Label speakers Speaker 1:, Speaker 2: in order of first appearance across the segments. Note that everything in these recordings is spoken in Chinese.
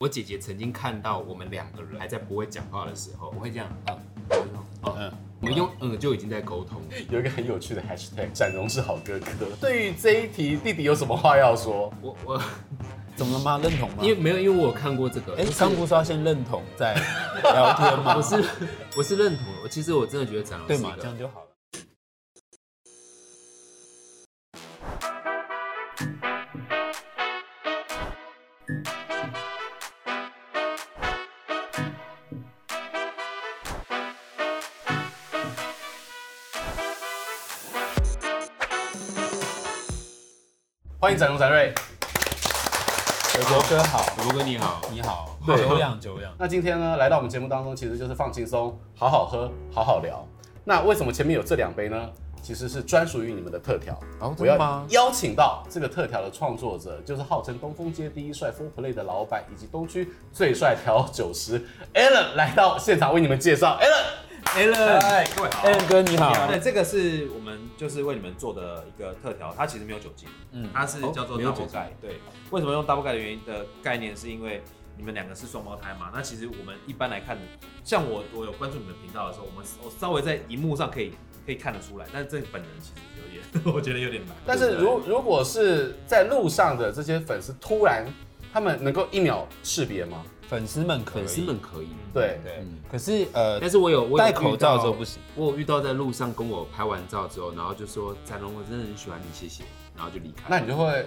Speaker 1: 我姐姐曾经看到我们两个人还在不会讲话的时候，我会这样，嗯，
Speaker 2: 啊
Speaker 1: 哦，嗯，我们用嗯就已经在沟通了。
Speaker 3: 有一个很有趣的 hashtag，展荣是好哥哥。对于这一题，弟弟有什么话要说？
Speaker 1: 我我
Speaker 2: 怎么了吗？认同吗？
Speaker 1: 因为没有，因为我有看过这个，
Speaker 2: 哎，
Speaker 1: 就是
Speaker 2: 刚不是要先认同再聊天吗？
Speaker 1: 我是我是认同的，我其实我真的觉得展荣
Speaker 2: 对
Speaker 1: 是
Speaker 2: 嘛
Speaker 1: 一，
Speaker 2: 这
Speaker 1: 个
Speaker 2: 样就好了。
Speaker 3: 欢迎展荣展瑞。
Speaker 2: 德国哥好，
Speaker 1: 罗哥你好，
Speaker 2: 你好，
Speaker 3: 对
Speaker 2: 久仰久 仰。
Speaker 3: 那今天呢，来到我们节目当中，其实就是放轻松，好好喝，好好聊。那为什么前面有这两杯呢？其实是专属于你们的特调。
Speaker 2: 哦
Speaker 3: 我
Speaker 2: 真
Speaker 3: 要
Speaker 2: 的吗？
Speaker 3: 邀请到这个特调的创作者，就是号称东风街第一帅 Four Play 的老板，以及东区最帅调酒师 Alan 来到现场为你们介绍。Alan，
Speaker 4: Alan，
Speaker 2: 哎，
Speaker 4: 各位好。
Speaker 2: Alan 哥你好，
Speaker 4: 对，这个是我们就是为你们做的一个特调，它其实没有酒精，
Speaker 2: 嗯
Speaker 4: 嗯，它是
Speaker 1: 哦
Speaker 4: 叫做
Speaker 1: 没有酒
Speaker 4: double
Speaker 1: 精
Speaker 4: 钙。对，为什么用 double 钙的原因的概念，是因为你们两个是双胞胎嘛？那其实我们一般来看，像我我有关注你们频道的时候，我们我稍微在荧幕上可以可以看得出来，但是这本人其实有点，我 觉得有点难。
Speaker 3: 但是如如果是在路上的这些粉丝突然，他们能够一秒识别吗？
Speaker 2: 粉丝们可以，
Speaker 1: 粉丝们可以，
Speaker 3: 对，
Speaker 2: 对
Speaker 1: 嗯，
Speaker 2: 可是呃
Speaker 1: 但，是我有我有
Speaker 2: 戴口罩的时候
Speaker 1: 遇到
Speaker 2: 不行。
Speaker 1: 我有遇到在路上跟我拍完照之后，然后就说展龙，我真的很喜欢你，谢谢，然后就离开。
Speaker 3: 那你就会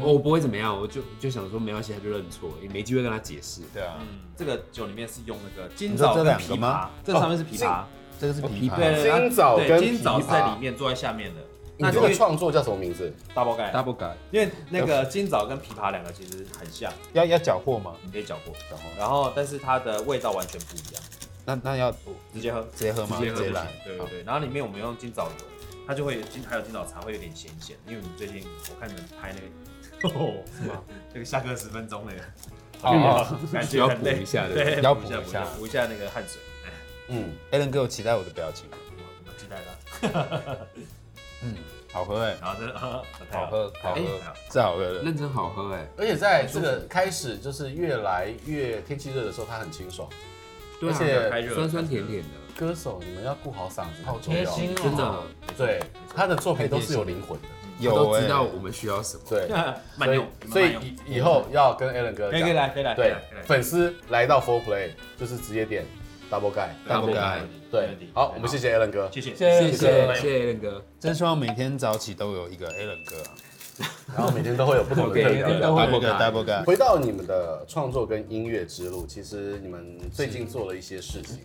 Speaker 1: 我我不会怎么样，我就就想说没关系，他就认错，也没机会跟他解释。
Speaker 2: 对啊，
Speaker 4: 嗯，这个酒里面是用那个金
Speaker 2: 你说
Speaker 4: 枣
Speaker 2: 这
Speaker 4: 跟
Speaker 2: 两个
Speaker 4: 枇杷
Speaker 2: 吗，
Speaker 4: 这上面是枇杷，
Speaker 2: 这个是
Speaker 1: 哦
Speaker 2: 枇
Speaker 1: 枇
Speaker 2: 杷
Speaker 1: 杷，
Speaker 4: 对，它
Speaker 3: 金枣跟
Speaker 4: 对金枣
Speaker 3: 枇
Speaker 4: 是
Speaker 3: 杷
Speaker 4: 在里面，坐在下面的。
Speaker 3: 你
Speaker 4: 那
Speaker 3: 这
Speaker 4: 这
Speaker 3: 个
Speaker 4: 个
Speaker 3: 创作叫什么名字？
Speaker 4: double 钙，
Speaker 1: double guy，
Speaker 4: 因为那个金枣跟枇杷两个其实很像，
Speaker 2: 要要缴获吗？
Speaker 4: 你可以搅和，
Speaker 2: 缴获，
Speaker 4: 然后但是它的味道完全不一样，
Speaker 2: 那那要直
Speaker 4: 直接喝，
Speaker 2: 接喝吗？
Speaker 1: 直接喝
Speaker 4: 对
Speaker 2: 来，
Speaker 4: 对
Speaker 2: 好
Speaker 4: 对对。然后里面我们用金枣油，它就会金还有金枣茶会有点咸咸，因为你最近我看你们拍那个， 哦，是吗？这个下课十分钟那个，
Speaker 2: 好
Speaker 4: 哦，感
Speaker 1: 需
Speaker 4: 觉
Speaker 1: 要
Speaker 4: 很
Speaker 1: 补
Speaker 4: 累
Speaker 1: 一，下的。
Speaker 4: 对，
Speaker 2: 要
Speaker 4: 补
Speaker 2: 补一下
Speaker 4: 补一下那个汗水。哎，
Speaker 3: 嗯，
Speaker 2: ，Alan 哥有期待我的表情吗，
Speaker 4: 我我期待它，
Speaker 2: 嗯，好喝
Speaker 1: 欸
Speaker 2: 哎，
Speaker 4: 然后这啊
Speaker 2: 好
Speaker 4: 好
Speaker 2: 喝，好
Speaker 4: 哎
Speaker 2: 喝
Speaker 4: 好，
Speaker 2: 是好喝的。
Speaker 1: 认真好喝哎，
Speaker 3: 而且在这个开始就是越来越天气热的时候，它很清爽。
Speaker 1: 对
Speaker 3: 而且
Speaker 1: 啊，
Speaker 4: 开热
Speaker 1: 酸酸甜甜的，
Speaker 3: 歌手你们要顾好嗓子，好重要。
Speaker 1: 真的，
Speaker 3: 对，他的作品都是有灵魂的。
Speaker 1: 他
Speaker 2: 有
Speaker 1: 都
Speaker 2: 哎，
Speaker 1: 知道我们需要什么。
Speaker 3: 对，
Speaker 4: 慢
Speaker 3: 所以
Speaker 4: 用，
Speaker 3: 所
Speaker 4: 慢
Speaker 3: 以
Speaker 4: 用
Speaker 3: 以以后要跟 Alan 哥
Speaker 4: 可以可以
Speaker 3: 讲，
Speaker 4: 来可以来，可以
Speaker 3: 对
Speaker 4: 来可以来，
Speaker 3: 粉丝来到 Four Play 就是直接点 Double Guy。
Speaker 2: Double Guy，
Speaker 3: 对，好，我们谢谢 Alan 哥。
Speaker 4: 谢谢
Speaker 2: 谢
Speaker 1: 谢
Speaker 2: 谢
Speaker 1: 谢谢谢任哥，
Speaker 2: 真希望每天早起都有一个 Alan 哥啊，
Speaker 3: 然后每天都会有不 同的
Speaker 1: OK，
Speaker 3: 特
Speaker 1: 对啊
Speaker 3: 调。
Speaker 1: 会有一
Speaker 2: 一
Speaker 1: 个
Speaker 2: 个 double guy。
Speaker 3: 回到你们的创作跟音乐之路，其实你们最近做了一些事
Speaker 1: 嗯
Speaker 3: 情，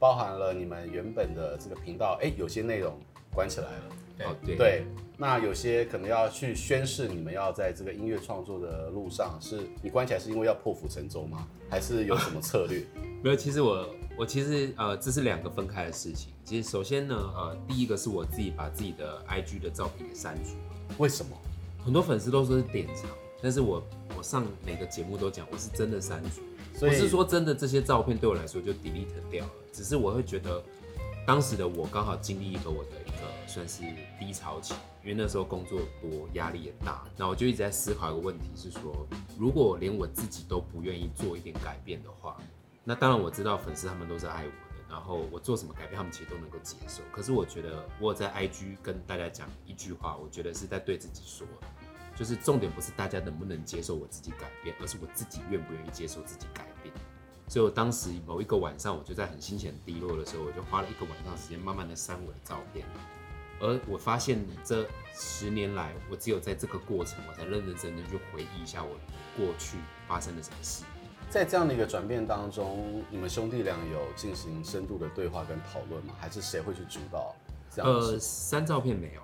Speaker 3: 包含了你们原本的这个频道，哎，有些内容关起来了。
Speaker 2: 对
Speaker 1: 哦对，
Speaker 3: 对，那有些可能要去宣誓，你们要在这个音乐创作的路上，是你关起来是因为要破釜沉舟吗？还是有什么策略？
Speaker 1: 没有，其实我我其实呃，这是两个分开的事情。其实首先呢，呃，第一个是我自己把自己的 IG 的照片给删除了。
Speaker 3: 为什么？
Speaker 1: 很多粉丝都说是典藏，但是我我上每个节目都讲，我是真的删除，
Speaker 3: 所
Speaker 1: 我
Speaker 3: 以
Speaker 1: 是说真的，这些照片对我来说就 delete 掉了。只是我会觉得，当时的我刚好经历一个我的一个算是低潮期，因为那时候工作多，压力也大。那我就一直在思考一个问题，是说如果我连我自己都不愿意做一点改变的话，那当然我知道粉丝他们都是爱我的，然后我做什么改变，他们其实都能够接受。可是我觉得我有在 IG 跟大家讲一句话，我觉得是在对自己说，就是重点不是大家能不能接受我自己改变，而是我自己愿不愿意接受自己改变。所以我当时某一个晚上，我就在很心情很低落的时候，我就花了一个晚上的时间，慢慢的删我的照片。而我发现这十年来，我只有在这个过程，我才认认真真地去回忆一下我过去发生了什么事。
Speaker 3: 在这样的一个转变当中，你们兄弟俩有进行深度的对话跟讨论吗？还是谁会去主导这样的事
Speaker 1: 呃，删照片没有，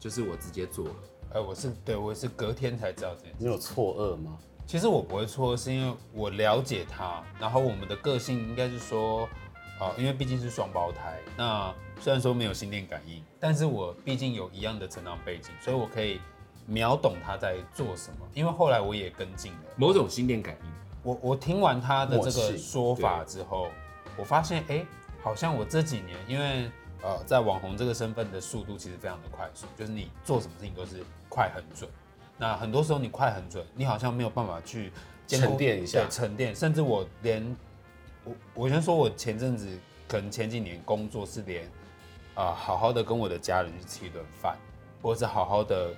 Speaker 1: 就是我直接做了。
Speaker 2: 哎，我是对我是隔天才知道这件事。
Speaker 3: 你有错愕吗？
Speaker 2: 其实我不会错，是因为我了解他，然后我们的个性应该是说，呃，因为毕竟是双胞胎，那虽然说没有心电感应，但是我毕竟有一样的成长背景，所以我可以秒懂他在做什么。因为后来我也跟进了，
Speaker 1: 某种心电感应，
Speaker 2: 我我听完他的
Speaker 3: 默
Speaker 2: 这个
Speaker 3: 契
Speaker 2: 说法之后，我发现哎、诶好像我这几年因为呃在网红这个身份的速度其实非常的快速，就是你做什么事情都是快很准。那很多时候你快很准，你好像没有办法去兼顾
Speaker 3: 沉淀一下
Speaker 2: 对沉淀。甚至我连我我先说，我前阵子可能前几年工作是连啊、呃好好的跟我的家人去吃一顿饭，或者是好好的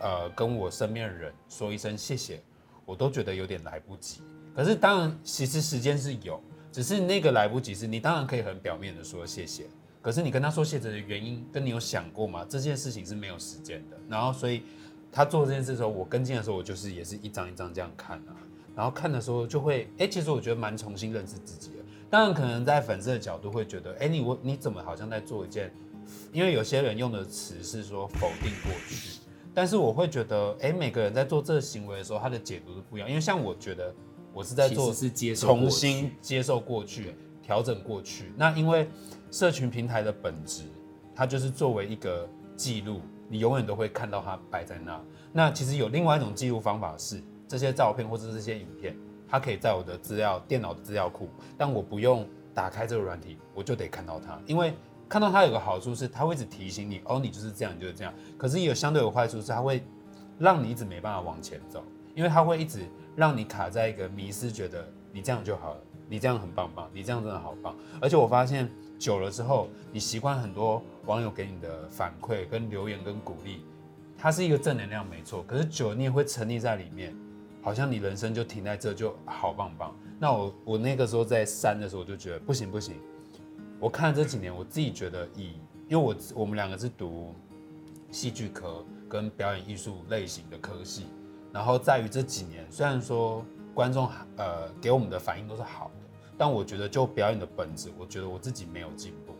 Speaker 2: 呃跟我身边的人说一声谢谢，我都觉得有点来不及。可是当然，其实时间是有，只是那个来不及是你当然可以很表面的说谢谢，可是你跟他说谢谢的原因，跟你有想过吗？这件事情是没有时间的。然后所以他做这件事的时候，我跟进的时候，我就是也是一张一张这样看啊。然后看的时候就会，哎、其实我觉得蛮重新认识自己的。当然，可能在粉丝的角度会觉得，哎、你我你怎么好像在做一件？因为有些人用的词是说否定过去，但是我会觉得，哎、每个人在做这个行为的时候，他的解读是不一样。因为像我觉得我是在
Speaker 1: 其
Speaker 2: 做
Speaker 1: 实是接受过去
Speaker 2: 重新接受过去，调整过去。那因为社群平台的本质，它就是作为一个记录，你永远都会看到它摆在那。那其实有另外一种记录方法是，这些照片或者这些影片，它可以在我的资料电脑的资料库，但我不用打开这个软体，我就得看到它，因为。看到它有个好处是，它会一直提醒你，哦，你就是这样，你就是这样。可是也有相对有坏处是，它会让你一直没办法往前走，因为它会一直让你卡在一个迷失，觉得你这样就好了，你这样很棒棒，你这样真的好棒。而且我发现久了之后，你习惯很多网友给你的反馈、跟留言、跟鼓励，它是一个正能量没错，可是久了你也会沉溺在里面，好像你人生就停在这就好棒棒。那我我那个时候在删的时候，我就觉得不行不行。我看这几年，我自己觉得以，因为我我们两个是读戏剧科跟表演艺术类型的科系，然后在于这几年，虽然说观众呃给我们的反应都是好的，但我觉得就表演的本质，我觉得我自己没有进步，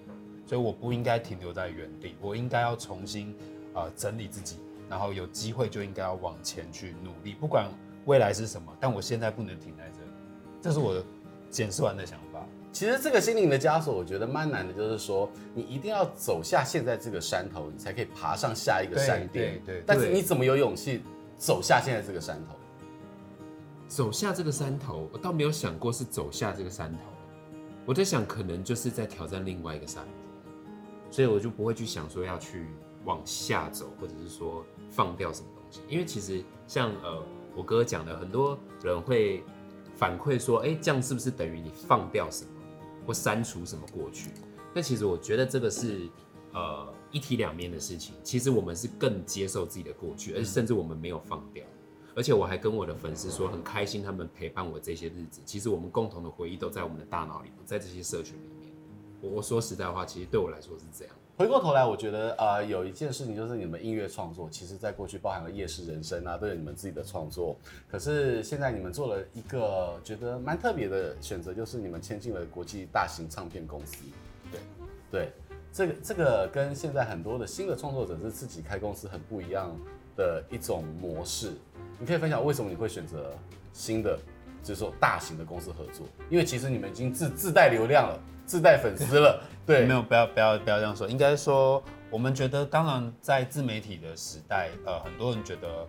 Speaker 2: 所以我不应该停留在原地，我应该要重新呃整理自己，然后有机会就应该要往前去努力，不管未来是什么，但我现在不能停在这里，这是我的检视完的想法。
Speaker 3: 其实这个心灵的枷锁，我觉得蛮难的，就是说你一定要走下现在这个山头，你才可以爬上下一个山巅。
Speaker 2: 对对对
Speaker 3: 但是你怎么有勇气走下现在这个山头？
Speaker 1: 走下这个山头，我倒没有想过是走下这个山头，我在想可能就是在挑战另外一个山，所以我就不会去想说要去往下走，或者是说放掉什么东西，因为其实像呃我哥讲的，很多人会反馈说，哎、这样是不是等于你放掉什么或删除什么过去？但其实我觉得这个是呃一体两面的事情，其实我们是更接受自己的过去，而甚至我们没有放掉。而且我还跟我的粉丝说，很开心他们陪伴我这些日子。其实我们共同的回忆都在我们的大脑里，在这些社群里面。我我说实在话，其实对我来说是这样。
Speaker 3: 回过头来，我觉得呃，有一件事情就是你们音乐创作，其实在过去包含了夜市人生啊，都有你们自己的创作。可是现在你们做了一个觉得蛮特别的选择，就是你们签进了国际大型唱片公司。
Speaker 2: 对
Speaker 3: 对，这个这个跟现在很多的新的创作者是自己开公司很不一样的一种模式。你可以分享为什么你会选择新的，就是说大型的公司合作？因为其实你们已经自自带流量了，自带粉丝 了。对，
Speaker 2: 没有，不要不要不要这样说。应该说，我们觉得，当然在自媒体的时代，呃，很多人觉得，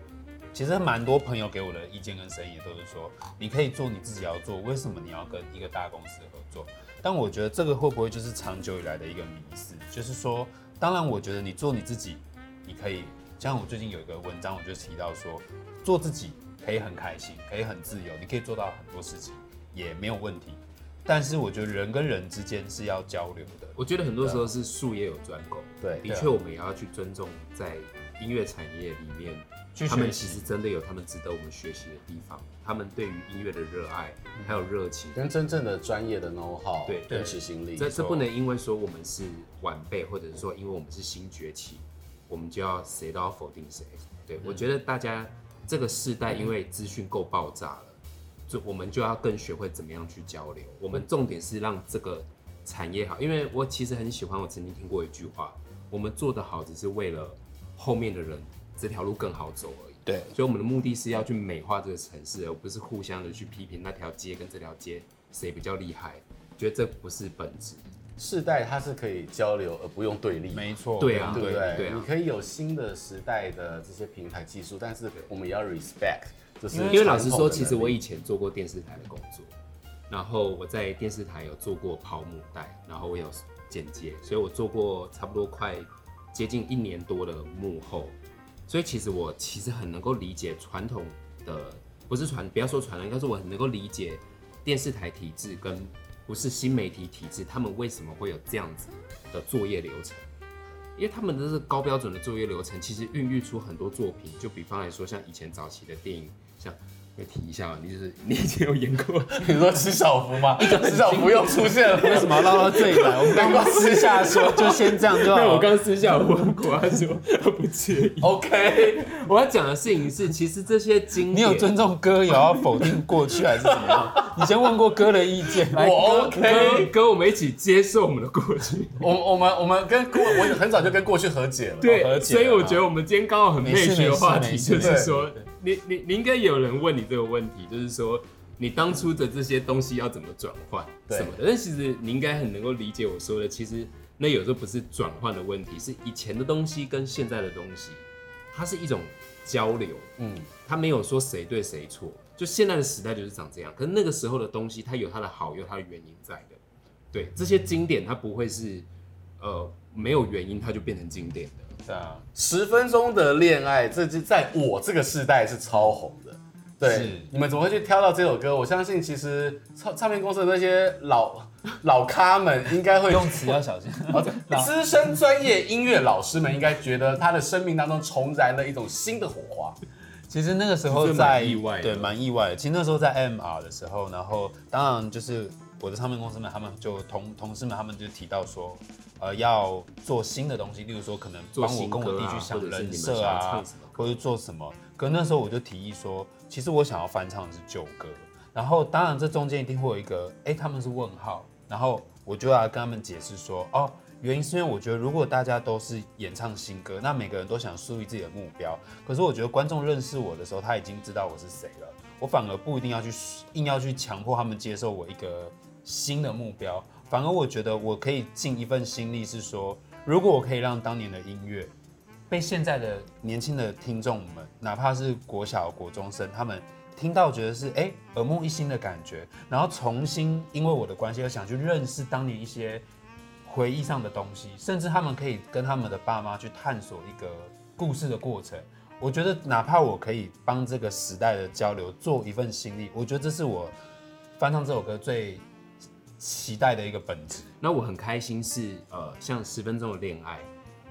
Speaker 2: 其实蛮多朋友给我的意见跟声音也都是说，你可以做你自己要做，为什么你要跟一个大公司合作？但我觉得这个会不会就是长久以来的一个迷思？就是说，当然，我觉得你做你自己，你可以，像我最近有一个文章，我就提到说，做自己可以很开心，可以很自由，你可以做到很多事情，也没有问题。但是我觉得人跟人之间是要交流的，
Speaker 1: 我觉得很多时
Speaker 2: 啊
Speaker 1: 候是术业有专攻，
Speaker 3: 对啊
Speaker 1: 的确我们也要去尊重在音乐产业里面，
Speaker 2: 去
Speaker 1: 他们
Speaker 2: 学
Speaker 1: 其
Speaker 2: 习
Speaker 1: 实真的有他们值得我们学习的地方，他们对于音乐的热爱还有热情，
Speaker 3: 跟真正的专业的 know how，
Speaker 1: 对
Speaker 3: 跟执行力，
Speaker 1: 这
Speaker 3: 是
Speaker 1: 这不能因为说我们是晚辈，或者是说因为我们是新崛起，我们就要谁都要否定谁。对、我觉得大家这个世代，因为资讯够爆炸了，就我们就要更学会怎么样去交流。我们重点是让这个产业好，因为我其实很喜欢，我曾经听过一句话：我们做得好，只是为了后面的人这条路更好走而已。
Speaker 2: 对，
Speaker 1: 所以我们的目的是要去美化这个城市，而不是互相的去批评那条街跟这条街谁比较厉害。觉得这不是本质，
Speaker 3: 世代它是可以交流而不用对立，
Speaker 2: 没错，
Speaker 1: 对啊
Speaker 3: 对不对？
Speaker 1: 对啊
Speaker 3: 你可以有新的时代的这些平台技术，但是我们也要 respect，就是
Speaker 1: 因为老实
Speaker 3: 传
Speaker 1: 说，
Speaker 3: 统的
Speaker 1: 其实我
Speaker 3: 能力
Speaker 1: 以前做过电视台的工作，然后我在电视台有做过跑母带，然后我有剪接，所以我做过差不多快接近一年多的幕后，所以其实我其实很能够理解传统的不是传，不要说传了，应该说我很能够理解电视台体制跟不是新媒体体制，他们为什么会有这样子的作业流程。因为他们的这个高标准的作业流程，其实孕育出很多作品。就比方来说，像以前早期的电影，像我提一下，你就是你以前有演 过，
Speaker 3: 你说吃小福吗？吃小福又出现了，
Speaker 2: 为什么要唠到这里来？我 们刚刚私下说，就先这样就好
Speaker 1: 对
Speaker 2: 了。
Speaker 1: 我刚私下问过，他说他不介意。
Speaker 3: ？OK，
Speaker 1: 我要讲的事情是，其实这些经典，
Speaker 2: 你有尊重歌，有要否定过去还是怎么样？你先问过歌的意见。来
Speaker 3: 我
Speaker 1: 跟
Speaker 3: OK，
Speaker 1: 跟我们一起接受我们的过去，
Speaker 3: 我我们我 们跟过我很早就跟过去和解了。
Speaker 2: 和
Speaker 1: 对，
Speaker 2: 解
Speaker 1: 所以我
Speaker 2: 了
Speaker 1: 觉得我们今天刚好很
Speaker 2: 没
Speaker 1: 内
Speaker 2: 事
Speaker 1: 学
Speaker 2: 没
Speaker 1: 的
Speaker 2: 事
Speaker 1: 话
Speaker 2: 没
Speaker 1: 题，
Speaker 2: 事
Speaker 1: 就是说
Speaker 2: 对，
Speaker 1: 你你你应该有人问你这个问题，就是说你当初的这些东西要怎么转换
Speaker 3: 对
Speaker 1: 什么的，但其实你应该很能够理解我说的，其实那有时候不是转换的问题，是以前的东西跟现在的东西，它是一种交流，
Speaker 3: 嗯，
Speaker 1: 他没有说谁对谁错，就现在的时代就是长这样。可是那个时候的东西，它有它的好，有它的原因在的。对，这些经典它不会是呃没有原因它就变成经典的。
Speaker 2: 对啊，
Speaker 3: 十分钟的恋爱，这是在我这个世代是超红的。
Speaker 2: 是
Speaker 3: 对，你们怎么会去挑到这首歌？我相信其实唱唱片公司的那些老老咖们应 该会
Speaker 2: 用词要 小心。
Speaker 3: 资深专业音乐老师们应该觉得他的生命当中重燃了一种新的火花。
Speaker 2: 其实那个时候
Speaker 1: 这
Speaker 2: 在
Speaker 1: 蛮意外的
Speaker 2: 对，蛮意外的。其实那时候在 MR 的时候，然后当然就是我的唱片公司们，他们就同同事们，他们就提到说，呃，要做新的东西，例如说可能
Speaker 1: 做
Speaker 2: 帮我
Speaker 1: 新
Speaker 2: 跟我
Speaker 1: 歌
Speaker 2: 弟
Speaker 1: 啊
Speaker 2: 去想
Speaker 1: 或者是
Speaker 2: 人
Speaker 1: 你们
Speaker 2: 设
Speaker 1: 想要
Speaker 2: 啊
Speaker 1: 唱什么，歌
Speaker 2: 或者做什么。可那时候我就提议说，其实我想要翻唱的是旧歌，然后当然这中间一定会有一个，哎、他们是问号，然后我就要跟他们解释说，哦。原因是因为我觉得，如果大家都是演唱新歌，那每个人都想树立自己的目标。可是我觉得观众认识我的时候，他已经知道我是谁了，我反而不一定要去硬要去强迫他们接受我一个新的目标。反而我觉得我可以尽一份心力，是说，如果我可以让当年的音乐被现在的年轻的听众们，哪怕是国小、国中生，他们听到觉得是哎、耳目一新的感觉，然后重新因为我的关系而想去认识当年一些回忆上的东西，甚至他们可以跟他们的爸妈去探索一个故事的过程。我觉得哪怕我可以帮这个时代的交流做一份心力，我觉得这是我翻唱这首歌最期待的一个本质。
Speaker 1: 那我很开心是呃，像十分钟的恋爱，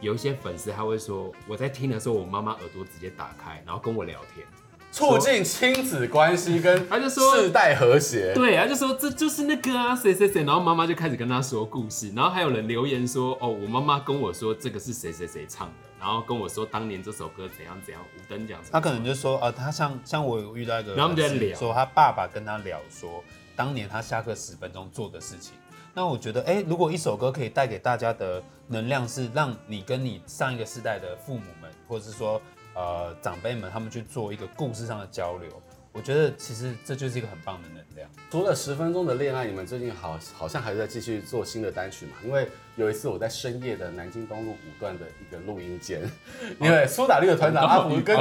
Speaker 1: 有一些粉丝他会说，我在听的时候，我妈妈耳朵直接打开，然后跟我聊天。
Speaker 3: 促进亲子关系跟
Speaker 1: 他就 说
Speaker 3: 世代和谐。
Speaker 1: 对啊，就说这就是那个啊，谁谁谁，然后妈妈就开始跟他说故事，然后还有人留言说，哦，我妈妈跟我说这个是谁谁谁唱的，然后跟我说当年这首歌怎样怎样，五等奖什
Speaker 2: 他
Speaker 1: 么，
Speaker 2: 可能就说，呃，他像像我有遇到一个粉丝，
Speaker 1: 然后他们就在聊
Speaker 2: 说他爸爸跟他聊说，当年他下课十分钟做的事情。那我觉得，哎、如果一首歌可以带给大家的能量是让你跟你上一个世代的父母们，或者是说呃长辈们，他们去做一个故事上的交流，我觉得其实这就是一个很棒的能量。
Speaker 3: 除了十分钟的恋爱，你们最近好好像还在继续做新的单曲嘛？因为有一次我在深夜的南京东路五段的一个录音间，因为苏打绿的团长阿福跟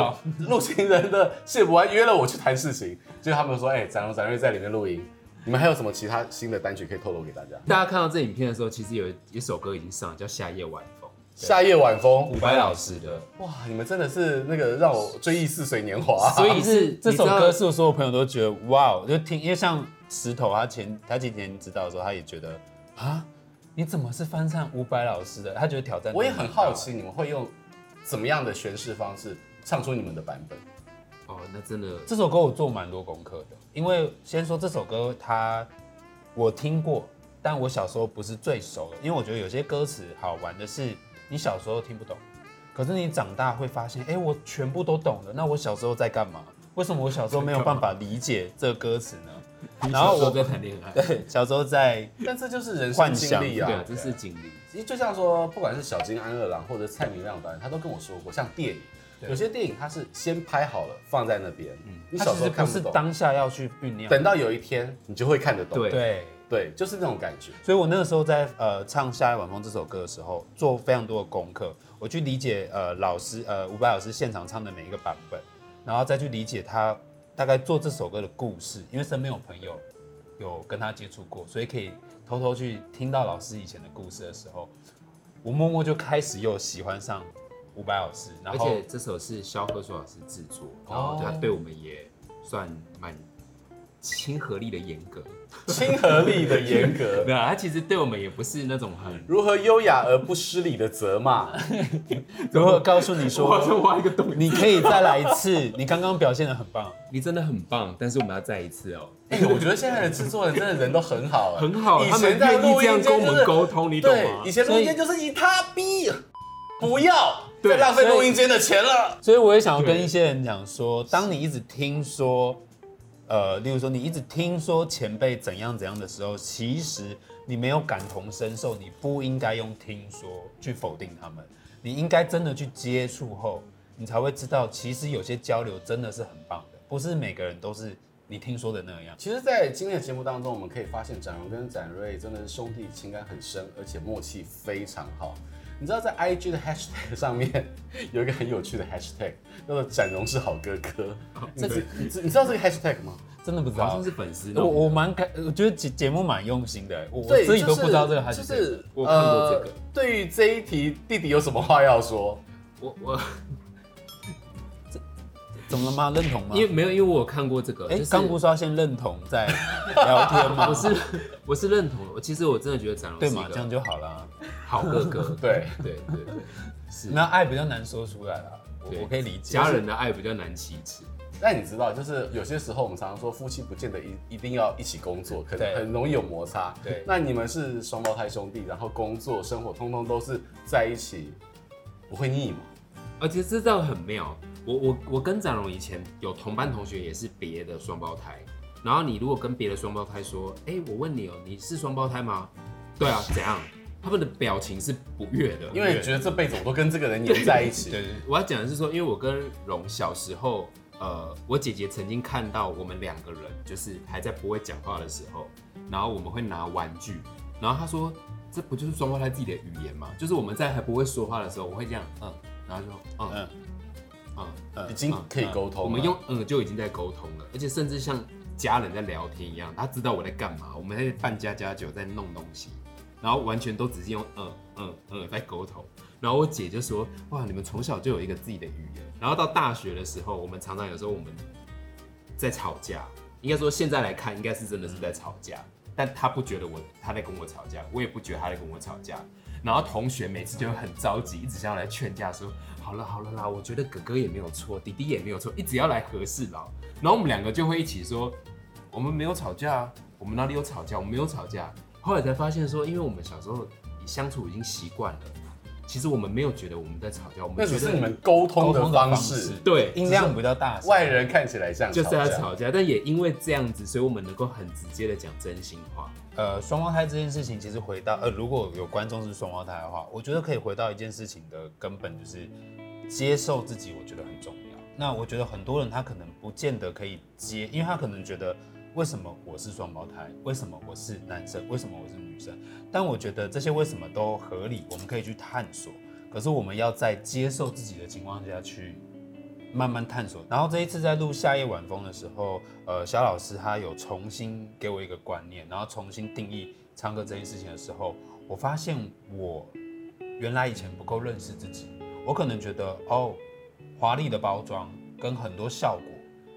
Speaker 3: 陆行人的谢博安约了我去谈事情，结果他们说，哎、展荣展瑞在里面录音。你们还有什么其他新的单曲可以透露给大家？
Speaker 1: 大家看到这影片的时候，其实有一首歌已经上了，叫《夏夜晚风》，
Speaker 3: 夏夜晚风，
Speaker 1: 伍佰老师的，
Speaker 3: 哇，你们真的是那个让我追忆似水年华、
Speaker 1: 所以是
Speaker 2: 啊这首
Speaker 1: 你
Speaker 2: 歌
Speaker 1: 知道
Speaker 2: 是我所有朋友都觉得哇哦，就听，因为像石头他前他前几天知道的时候，他也觉得啊，你怎么是翻唱伍佰老师的？他觉得挑战
Speaker 3: 我也很好
Speaker 2: 大
Speaker 3: 奇你们会用怎么样的诠释方式唱出你们的版本。
Speaker 1: 哦，那真的
Speaker 2: 这首歌我做蛮多功课的，因为先说这首歌它我听过，但我小时候不是最熟的，因为我觉得有些歌词好玩的是你小时候听不懂，可是你长大会发 现，哎、我全部都懂了，那我小时候在干嘛？为什么我小时候没有办法理解这个歌词 呢？然后
Speaker 1: 我
Speaker 2: 我
Speaker 1: 在谈恋爱，
Speaker 2: 对小时候在
Speaker 3: 但这就是人生
Speaker 2: 幻
Speaker 3: 经
Speaker 2: 想
Speaker 3: 历
Speaker 1: 对
Speaker 3: 啊
Speaker 1: 啊，！这是经历。
Speaker 3: 其实就像说，不管是小金安二郎或者蔡明亮导演，他都跟我说过，像电影，有些电影它是先拍好了放在那边，
Speaker 1: 嗯
Speaker 3: 你
Speaker 2: 它
Speaker 3: 小
Speaker 2: 其
Speaker 3: 时
Speaker 2: 实
Speaker 3: 候看
Speaker 2: 不
Speaker 3: 不
Speaker 2: 是
Speaker 3: 懂，
Speaker 2: 当下要去酝酿，
Speaker 3: 等到有一天你就会看得懂。
Speaker 1: 对
Speaker 2: 对。
Speaker 3: 对，就是那种感觉。
Speaker 2: 所以我那个时候在呃唱《夏夜晚风》这首歌的时候，做非常多的功课，我去理解呃老师呃伍佰老师现场唱的每一个版本，然后再去理解他大概做这首歌的故事，因为身边有朋友有跟他接触过，所以可以偷偷去听到老师以前的故事的时候，我默默就开始又喜欢上伍佰老师，然
Speaker 1: 而
Speaker 2: 后
Speaker 1: 且这首是肖克硕老师制作，然后他对我们也算蛮亲和力的严格，
Speaker 3: 亲和力的严格
Speaker 1: 对，啊，他其实对我们也不是那种很
Speaker 3: 如何优雅而不失礼的责骂？
Speaker 2: 如何告诉你
Speaker 1: 我好
Speaker 2: 说，
Speaker 1: 像挖一个洞，
Speaker 2: 你可以再来一次，你刚刚表现的很棒。
Speaker 1: 你真的很棒，但是我们要再一次哦、
Speaker 3: 哎、我觉得现在的制作人真的人都很好、哎
Speaker 1: 很好，啊
Speaker 3: 以
Speaker 1: 他们
Speaker 3: 前在
Speaker 1: 愿意
Speaker 3: 录
Speaker 1: 这样
Speaker 3: 音间
Speaker 1: 跟我
Speaker 3: 就是
Speaker 1: 们沟通，你懂
Speaker 3: 对，
Speaker 1: 吗
Speaker 3: 以？前录音间就是以他逼，不要
Speaker 1: 对
Speaker 3: 再浪费
Speaker 2: 所以
Speaker 3: 录音间的钱了。
Speaker 2: 所以我也想要跟一些人讲说，当你一直听说，呃，例如说你一直听说前辈怎样怎样的时候，其实你没有感同身受，你不应该用听说去否定他们，你应该真的去接触后，你才会知道，其实有些交流真的是很棒的，不是每个人都是你听说的那样。
Speaker 3: 其实，在今天的节目当中，我们可以发现展荣跟展瑞真的是兄弟情感很深，而且默契非常好。你知道在 IG 的 hashtag 上面有一个很有趣的 hashtag，叫做“展荣是好哥哥”。
Speaker 1: 哦
Speaker 3: 这是你知你知道这个 hashtag 吗？
Speaker 2: 真的不知
Speaker 1: 好
Speaker 2: 道
Speaker 1: 像是，粉丝那
Speaker 2: 我
Speaker 1: 种，
Speaker 2: 我蛮感，我觉得节节目蛮用心的，欸我我
Speaker 3: 对
Speaker 2: 自己都
Speaker 3: 就是
Speaker 2: 不知道这个还
Speaker 3: 就是是
Speaker 1: 我看过这个
Speaker 3: 呃对于这一题，弟弟有什么话要说？
Speaker 1: 我我
Speaker 2: 怎么了吗？认同吗
Speaker 1: 因？为没有，因为我有看过这个，
Speaker 2: 哎
Speaker 1: 就，是
Speaker 2: 刚不是说要先认同 再聊天吗？
Speaker 1: 我是我是认同的，我其实我真的觉得展荣
Speaker 2: 对
Speaker 1: 是
Speaker 2: 嘛，
Speaker 1: 一
Speaker 2: 这样
Speaker 1: 个
Speaker 2: 就好了。
Speaker 1: 好哥 哥，
Speaker 3: 对，
Speaker 1: 对对对，是
Speaker 2: 那爱比较难说出来了，
Speaker 1: 对
Speaker 2: 我我可以理解。
Speaker 1: 家人的爱比较难启齿，
Speaker 3: 但你知道，就是有些时候我们常常说夫妻不见得一一定要一起工作，可能
Speaker 2: 对
Speaker 3: 很容易有摩擦。
Speaker 2: 对
Speaker 3: 那你们是双胞胎兄弟，然后工作、生活通通都是在一起，不会腻吗？
Speaker 1: 而且这倒很妙。我我我跟展荣以前有同班同学也是别的双胞胎，然后你如果跟别的双胞胎说，哎、我问你哦、你是双胞胎吗？对啊，怎样？他们的表情是不悦的，
Speaker 3: 因为觉得这辈子我都跟这个人黏在一起。
Speaker 2: 对对对
Speaker 1: 我要讲的是说，因为我跟荣小时候，呃，我姐姐曾经看到我们两个人就是还在不会讲话的时候，然后我们会拿玩具，然后她说这不就是双胞胎自己的语言吗？就是我们在还不会说话的时候，我会这样，嗯，然后就嗯嗯
Speaker 2: 嗯
Speaker 1: 嗯，
Speaker 3: 呃已经可以沟通了。啊
Speaker 1: 我们用嗯就已经在沟通了，而且甚至像家人在聊天一样，他知道我在干嘛，我们在办家家酒，在弄东西，然后完全都只是用嗯嗯嗯在沟通。然后我姐就说：“哇，你们从小就有一个自己的语言。”然后到大学的时候，我们常常有时候我们在吵架，应该说现在来看，应该是真的是
Speaker 3: 嗯
Speaker 1: 在吵架。但他不觉得我他在跟我吵架，我也不觉得他在跟我吵架。然后同学每次就会很着急，一直想要来劝架说：“好了好了啦，我觉得哥哥也没有错，弟弟也没有错，一直要来和事佬。”然后我们两个就会一起说：“我们没有吵架啊，我们哪里有吵架？我们没有吵架。”后来才发现说，因为我们小时候相处已经习惯了，其实我们没有觉得我们在吵架，我
Speaker 3: 那
Speaker 1: 们
Speaker 3: 只
Speaker 1: 觉
Speaker 3: 是
Speaker 1: 得
Speaker 3: 你们沟通
Speaker 2: 沟
Speaker 3: 的
Speaker 2: 通的
Speaker 3: 方
Speaker 2: 方
Speaker 3: 式
Speaker 2: 式，，
Speaker 1: 对
Speaker 2: 音量比较大，
Speaker 3: 外人看起来像
Speaker 1: 就是
Speaker 3: 架
Speaker 1: 在吵架，但也因为这样子，所以我们能够很直接的讲真心话。
Speaker 2: 呃，双胞胎这件事情，其实回到呃，如果有观众是双胞胎的话，我觉得可以回到一件事情的根本，就是接受自己，我觉得很重要。那我觉得很多人他可能不见得可以接，因为他可能觉得为什么我是双胞胎，为什么我是男生，为什么我是女生？但我觉得这些为什么都合理，我们可以去探索。可是我们要在接受自己的情况下去慢慢探索。然后这一次在录《夏夜晚风》的时候，呃，小老师他有重新给我一个观念，然后重新定义唱歌这件事情的时候，我发现我原来以前不够认识自己，我可能觉得哦，华丽的包装跟很多效果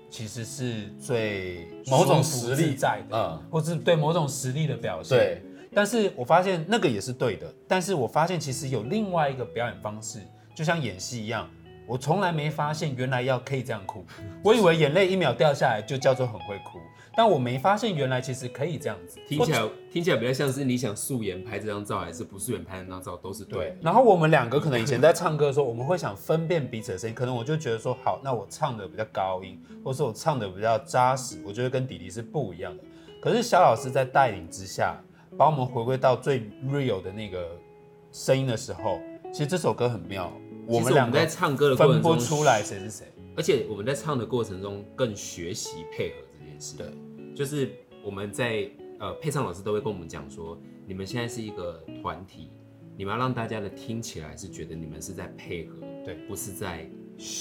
Speaker 2: 其实是最
Speaker 3: 某种
Speaker 2: 舒服
Speaker 3: 实力
Speaker 2: 自在的，
Speaker 3: 嗯
Speaker 2: 或是对某种实力的表现。
Speaker 3: 对，
Speaker 2: 但是我发现那个也是对的，但是我发现其实有另外一个表演方式，就像演戏一样，我从来没发现原来要可以这样哭，我以为眼泪一秒掉下来就叫做很会哭，但我没发现原来其实可以这样子。
Speaker 1: 听起来听起来比较像是你想素颜拍这张照，还是不素颜拍那张照，都是对
Speaker 2: 对
Speaker 1: 的。，
Speaker 2: 然后我们两个可能以前在唱歌的时候，我们会想分辨彼此的声音，可能我就觉得说，好，那我唱的比较高音，或是我唱的比较扎实，我觉得跟弟弟是不一样的。可是小老师在带领之下，把我们回归到最 real 的那个声音的时候，其实这首歌很妙，
Speaker 1: 其
Speaker 2: 我
Speaker 1: 实
Speaker 2: 们
Speaker 1: 我
Speaker 2: 两
Speaker 1: 们在
Speaker 2: 个
Speaker 1: 唱歌的过程
Speaker 2: 分不
Speaker 1: 中
Speaker 2: 出来谁是谁。
Speaker 1: 而且我们在唱的过程中更学习配合这件事。
Speaker 2: 对，
Speaker 1: 就是我们在呃配唱老师都会跟我们讲说，你们现在是一个团体，你们要让大家的听起来是觉得你们是在配合，
Speaker 2: 对
Speaker 1: 不是在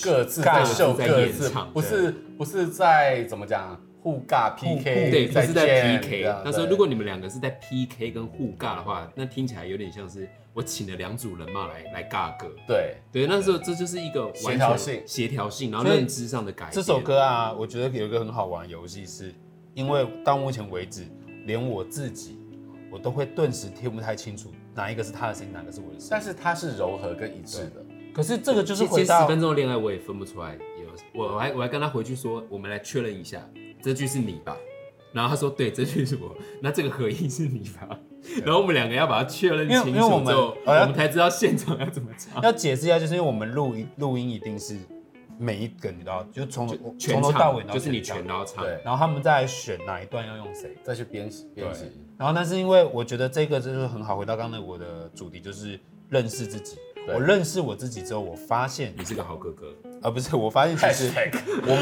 Speaker 3: 各自
Speaker 2: 尬
Speaker 3: 在秀
Speaker 1: 在
Speaker 3: 各
Speaker 1: 演
Speaker 3: 自
Speaker 1: 唱，
Speaker 3: 不是不是在怎么讲互尬 PK，
Speaker 1: 对，不
Speaker 3: 再
Speaker 1: 是在
Speaker 3: 见
Speaker 1: PK
Speaker 3: 这样。
Speaker 1: 他说，
Speaker 3: 对
Speaker 1: 如果你们两个是在 PK 跟互尬的话，那听起来有点像是我请了两组人马来来尬歌。
Speaker 3: 对
Speaker 1: 对，那时候这就是一个完全
Speaker 3: 协调性
Speaker 1: 协调性，然后
Speaker 2: 所以
Speaker 1: 认知上的改变。
Speaker 2: 这首歌啊，我觉得有一个很好玩的游戏是，因为到目前为止，连我自己，我都会顿时听不太清楚哪一个是他的声音，哪个是我的声
Speaker 3: 但
Speaker 2: 音。
Speaker 3: 是它是柔和跟一致的，
Speaker 2: 可是这个就是
Speaker 1: 其实
Speaker 2: 回
Speaker 1: 其实
Speaker 2: 到
Speaker 1: 十分钟的恋爱我也分不出来，有我我还我还跟他回去说，我们来确认一下，这句是你吧？然后他说对，这句是我，那这个合音是你吧？然后我们两个要把它确认
Speaker 2: 因为
Speaker 1: 清楚
Speaker 2: 因
Speaker 1: 之
Speaker 2: 为我们
Speaker 1: 后，
Speaker 2: 哦要
Speaker 1: 我们才知道现场要怎么唱。
Speaker 2: 要解释一下，就是因为我们录音录音一定是每一个你知道，就从从
Speaker 1: 全
Speaker 2: 头
Speaker 1: 场
Speaker 2: 到尾，然后
Speaker 1: 就是你全
Speaker 2: 全唱
Speaker 1: 都要唱，
Speaker 3: 对，
Speaker 2: 然后他们再来选哪一段要用谁。
Speaker 3: 再去编辑编辑。
Speaker 2: 然后，但是因为我觉得这个就是很好，回到刚才我的主题，就是认识自己。
Speaker 3: 对
Speaker 2: 我认识我自己之后，我发现
Speaker 1: 你是个好哥哥。
Speaker 2: 啊，不是，我发现其 实
Speaker 3: Hashtag
Speaker 2: 我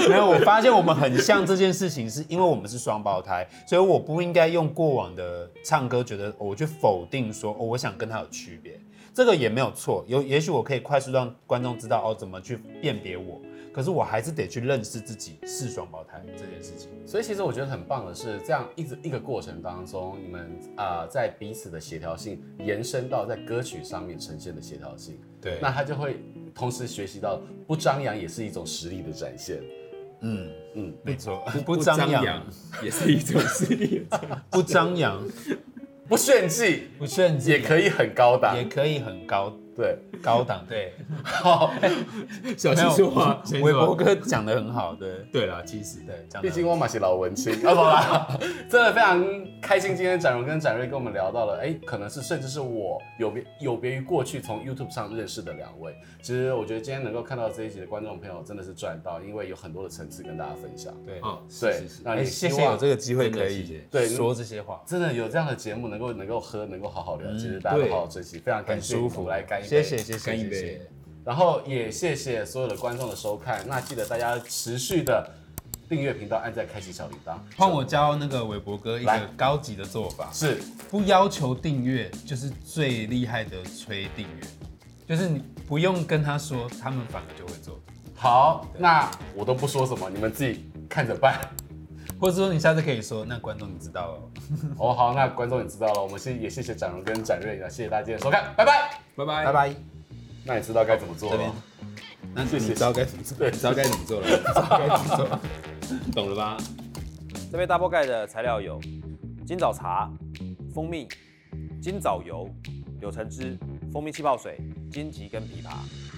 Speaker 2: 们 没有，我发现我们很像这件事情，是因为我们是双胞胎，所以我不应该用过往的唱歌，觉得、哦我去否定说，哦，我想跟他有区别，这个也没有错，有也许我可以快速让观众知道哦，怎么去辨别我，可是我还是得去认识自己是双胞胎这件事情。
Speaker 3: 所以其实我觉得很棒的是，这样一直一个过程当中，你们啊、呃在彼此的协调性延伸到在歌曲上面呈现的协调性，
Speaker 2: 对
Speaker 3: 那他就会同时学习到不张扬也是一种实力的展现。
Speaker 2: 嗯
Speaker 3: 嗯
Speaker 2: 嗯，没错，
Speaker 1: 不
Speaker 2: 不
Speaker 1: 张
Speaker 2: 张扬，
Speaker 1: 也是一种势力的展现。
Speaker 2: 不张扬，
Speaker 3: 不炫技
Speaker 2: 不炫技，
Speaker 3: 也可以很高档
Speaker 2: 也，可以很高
Speaker 3: 对，
Speaker 2: 高档，对，
Speaker 3: 好，
Speaker 1: 小
Speaker 2: 没
Speaker 1: 心
Speaker 2: 有
Speaker 1: 说话，小心
Speaker 2: 韦
Speaker 1: 说
Speaker 2: 伯
Speaker 1: 话。
Speaker 2: 哥讲的很好，对
Speaker 1: 对啦，其实
Speaker 2: 对，讲得很好
Speaker 3: 毕竟我马是老文青 啊，不啦，真的非常开心，今天展荣跟展瑞跟我们聊到了，哎、可能是甚至是我有别有别于过去从 YouTube 上认识的两位，其实我觉得今天能够看到这一集的观众朋友真的是赚到，因为有很多的层次跟大家分享，
Speaker 2: 对，
Speaker 1: 哦，是
Speaker 3: 对，
Speaker 1: 是是，
Speaker 3: 那
Speaker 2: 哎，
Speaker 3: 也
Speaker 2: 谢
Speaker 3: 希
Speaker 2: 谢有嗯
Speaker 3: 望
Speaker 2: 这个机会
Speaker 1: 真的
Speaker 2: 可
Speaker 1: 谢
Speaker 2: 以
Speaker 1: 谢
Speaker 3: 对
Speaker 2: 说这些话，
Speaker 3: 真的有这样的节目能够能够喝，能够好好聊，其实大家都好好珍惜，非常感
Speaker 2: 嗯很
Speaker 3: 谢
Speaker 2: 舒
Speaker 3: 你们
Speaker 2: 服，
Speaker 3: 来干一杯，
Speaker 2: 谢谢谢谢
Speaker 1: 干一杯
Speaker 2: 谢谢
Speaker 3: 然后也谢谢所有的观众的收看，那记得大家持续的订阅频道，按赞开启小铃铛，
Speaker 2: 换我教那个韦伯哥一
Speaker 3: 来
Speaker 2: 个高级的做法，
Speaker 3: 是
Speaker 2: 不要求订阅，就是最厉害的催订阅，就是你不用跟他说，他们反而就会做，
Speaker 3: 好，那我都不说什么，你们自己看着办。
Speaker 2: 或者说你下次可以说，那观众你知道了哦。
Speaker 3: 哦，好，那观众也知道了，我们谢也谢谢展荣跟展瑞，也谢谢大家今天的收看，拜拜。
Speaker 1: 拜拜
Speaker 2: 拜。拜。
Speaker 3: 那你知道该怎么做
Speaker 2: 这
Speaker 3: 了
Speaker 2: 边？那
Speaker 3: 谢
Speaker 2: 你
Speaker 3: 谢
Speaker 2: 知道该怎么做？
Speaker 3: 对
Speaker 2: 你知道该怎么做了？你知道该怎么做了？
Speaker 1: 懂了吧？
Speaker 4: 这杯大锅盖的材料有金枣茶、蜂蜜、金枣油、柳橙汁、蜂蜜气泡水、荆棘跟枇杷。